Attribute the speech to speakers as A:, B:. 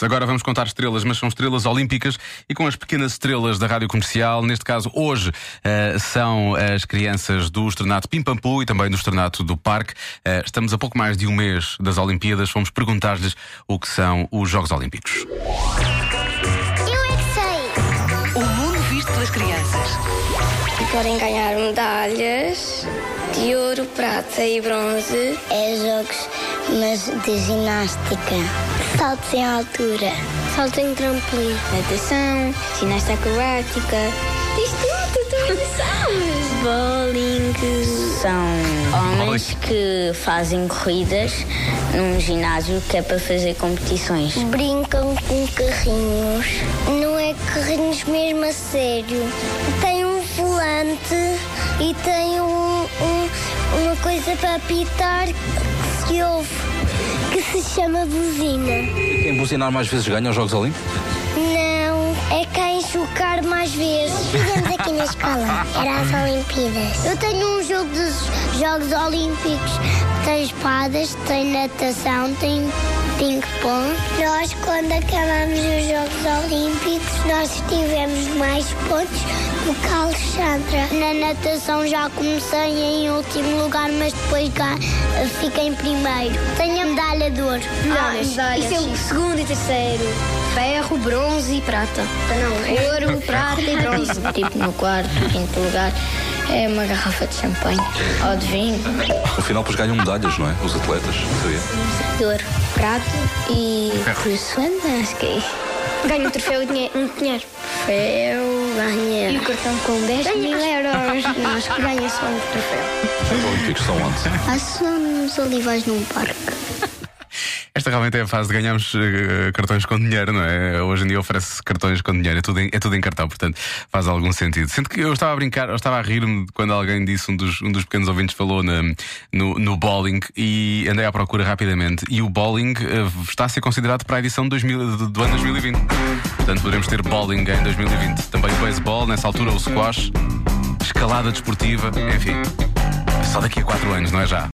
A: Agora vamos contar estrelas, mas são estrelas olímpicas e com as pequenas estrelas da rádio comercial. Neste caso, hoje eh, são as crianças do Estrenato Pimpampu e também do Estrenato do Parque. Eh, estamos a pouco mais de um mês das Olimpíadas. Vamos perguntar-lhes o que são os Jogos Olímpicos.
B: Eu é que sei!
C: O mundo visto pelas crianças.
D: Podem ganhar medalhas de ouro, prata e bronze.
B: É jogos, mas de ginástica. Saltos em altura. Salto em trampolim. Natação, ginástica acrobática. Isto é tudo, tu sabes! Bowling.
E: São homens
A: Bowling.
E: que fazem corridas num ginásio que é para fazer competições.
B: Brincam com carrinhos. Não é carrinhos mesmo a sério. Tem um volante e tem um- um- uma coisa para apitar que se ouve, que se chama buzina.
F: Quem buzinar mais vezes ganha aos Jogos Olímpicos?
B: Não, é quem chocar mais vezes. Fizemos aqui na escola. Era as Olimpíadas. Eu tenho um jogo dos Jogos Olímpicos. Tem espadas, tem natação, tem ping-pong. Nós, quando acabamos os Jogos Olímpicos, nós tivemos mais pontos do que a Alexandra. Na natação já comecei em último lugar, mas depois ga- fiquei em primeiro. Tenho a medalha de ouro.
E: Ah,
D: Isso é
B: um-
D: o segundo e terceiro. Ferro, bronze e prata. é Não, ouro, prata e bronze.
E: Tipo no quarto, quinto lugar, é uma garrafa de champanhe ou de vinho,
F: No final, pois ganham medalhas, não é? Os atletas, sabia?
E: de ouro, prato e cruzando, acho que é isso.
D: Ganho o troféu e dinhe- um dinheiro.
E: Eu ganhei.
D: Cartão com 10 mil euros. Nós que ganha só um troféu.
F: Os Olímpicos são onde?
B: Assamos olivais num parque.
A: Esta realmente é a fase de ganharmos eh, cartões com dinheiro, não é? Hoje em dia oferece cartões com dinheiro, é tudo, em, é tudo em cartão, portanto faz algum sentido. Sendo que eu estava a brincar, eu estava a rir-me quando alguém disse, um dos, um dos pequenos ouvintes falou na- no, no bowling e andei à procura rapidamente. E o bowling eh, está a ser considerado para a edição 2000 do, do ano 2020. Portanto, poderemos ter bowling em 2020. Também o beisebol, nessa altura o squash, escalada desportiva, enfim. Só daqui a 4 anos, não é já?